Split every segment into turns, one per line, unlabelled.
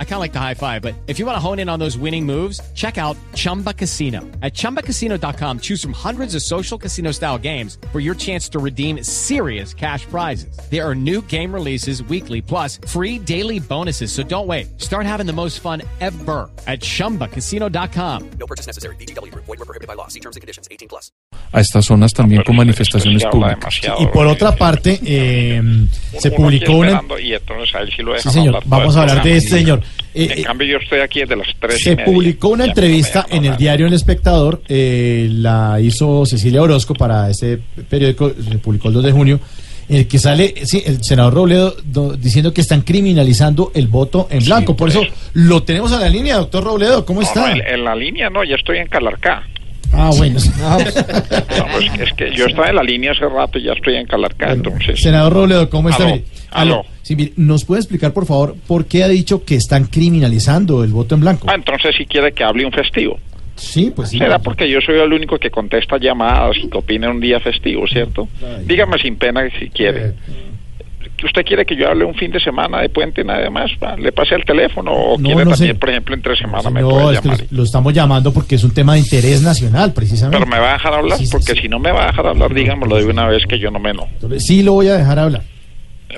I kind of like the high five, but if you want to hone in on those winning moves, check out Chumba Casino. At chumbacasino.com, choose from hundreds of social casino style games for your chance to redeem serious cash prizes. There are new game releases weekly, plus free daily bonuses. So don't wait. Start having the most fun ever at chumbacasino.com.
No purchase necessary. BGW. Void were prohibited by law. See terms and conditions. 18 plus.
a estas zonas también con manifestaciones públicas.
Y por otra parte, eh, se publicó una...
Y entonces a él sí lo
Sí,
dejan
señor,
hablar todo
vamos a
el
hablar de
programa.
este señor. Eh,
En cambio, yo estoy aquí desde las 3
se publicó una entrevista en el diario El Espectador, eh, la hizo Cecilia Orozco para este periódico, se publicó el 2 de junio, en el que sale sí, el senador Robledo do- diciendo que están criminalizando el voto en blanco. Por eso lo tenemos a la línea, doctor Robledo, ¿cómo
No, eh, no,
está?
en, en la línea no, ya estoy en Calarcá.
Ah, bueno.
No, pues, es que yo estaba en la línea hace rato y ya estoy en Calarcá, entonces.
Senador Robledo, ¿cómo está?
Aló,
Mire, aló.
aló.
Sí, mire, ¿Nos puede explicar, por favor, por qué ha dicho que están criminalizando el voto en blanco?
Ah, entonces si quiere que hable un festivo.
Sí, pues sí.
Será porque yo soy el único que contesta llamadas y que opina un día festivo, ¿cierto?
Ay. Eh,
Dígame sin pena si quiere. ¿Usted quiere que yo hable un fin de semana de puente nada más? va? ¿Le pase el teléfono o
No,
quiere
no,
también,
señor.
por ejemplo, entre semana me
No,
puede
es que
llamar?
lo, lo estamos llamando porque es un tema de interés nacional, precisamente.
Pero me va a dejar hablar,
Sí, sí,
porque
sí.
si no me va a dejar hablar, dígamelo de una vez que yo no me no.
Entonces, sí, lo voy a dejar hablar.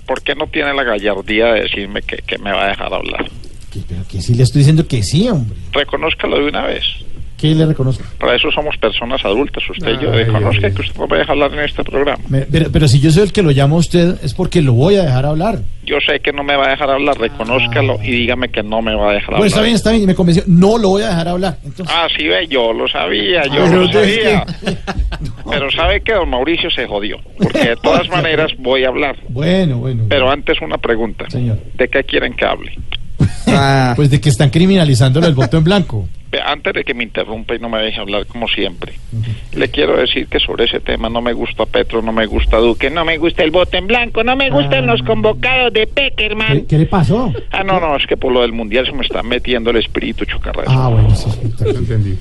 ¿Por qué no tiene la gallardía de decirme que, que me va a dejar hablar?
Que, pero que sí le estoy diciendo que sí, hombre.
Reconózcalo de una vez.
Que le reconozco.
Para eso somos personas adultas, usted y yo.
Ay,
Reconozca
ay,
que usted no me deja hablar en este programa.
Me- pero, pero si yo soy el que lo llama a usted, es porque lo voy a dejar hablar.
Yo sé que no me va a dejar hablar, reconózcalo y dígame que no me va a dejar
Bueno, está
hablar.
bien, está bien, me convenció. No lo voy a dejar hablar. Entonces,
Ah, sí, ve, yo lo sabía, yo
Pero
lo
es que-
sabía. Pero sabe que don Mauricio se jodió, porque de todas maneras voy a hablar.
bueno, bueno.
Pero antes una pregunta.
Señor.
¿De qué quieren que hable?
Ah.
Pues de que están criminalizándolo el voto en blanco.
Ve, Antes de que me interrumpa y no me deje hablar como siempre, le quiero decir que sobre ese tema no me gusta Petro, no me gusta Duque, no me gusta el voto en blanco, no me gustan los convocados de
¿Qué,
Peckerman.
Ah. qué le pasó?
Ah, no, no, es que por lo del mundial se me está metiendo el espíritu chocarrero.
Ah, bueno, sí, sí, está bien.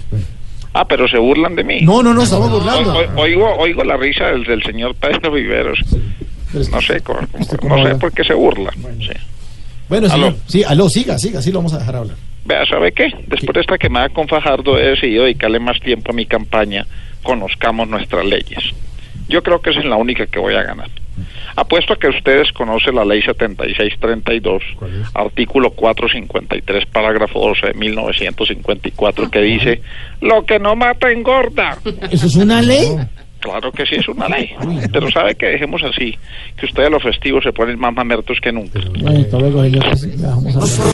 Ah, pero se burlan de mí.
No, no, no, estamos burlando.
O- o- oigo, oigo la risa del, del señor Pedro Viveros.
Pero es-
No sé, cómo-
Este
no sé
habla.
por qué se burla. Sí.
Bueno, señor,
Aló.
sí, aló, siga, siga, sí lo vamos a dejar hablar.
Vea, ¿sabe qué? Después de esta quemada con Fajardo he decidido dedicarle más tiempo a mi campaña. Conozcamos nuestras leyes. Yo creo que esa es la única que voy a ganar. Apuesto a que ustedes conocen la ley 7632, artículo 453, parágrafo 12 de 1954, que dice, lo que no mata engorda.
¿Eso es una ley?
Claro que sí, es una ley. Pero sabe que dejemos así, que ustedes los festivos se ponen más mamertos que nunca.
Bueno, hasta luego, Eliot, pues, ya vamos a hablar.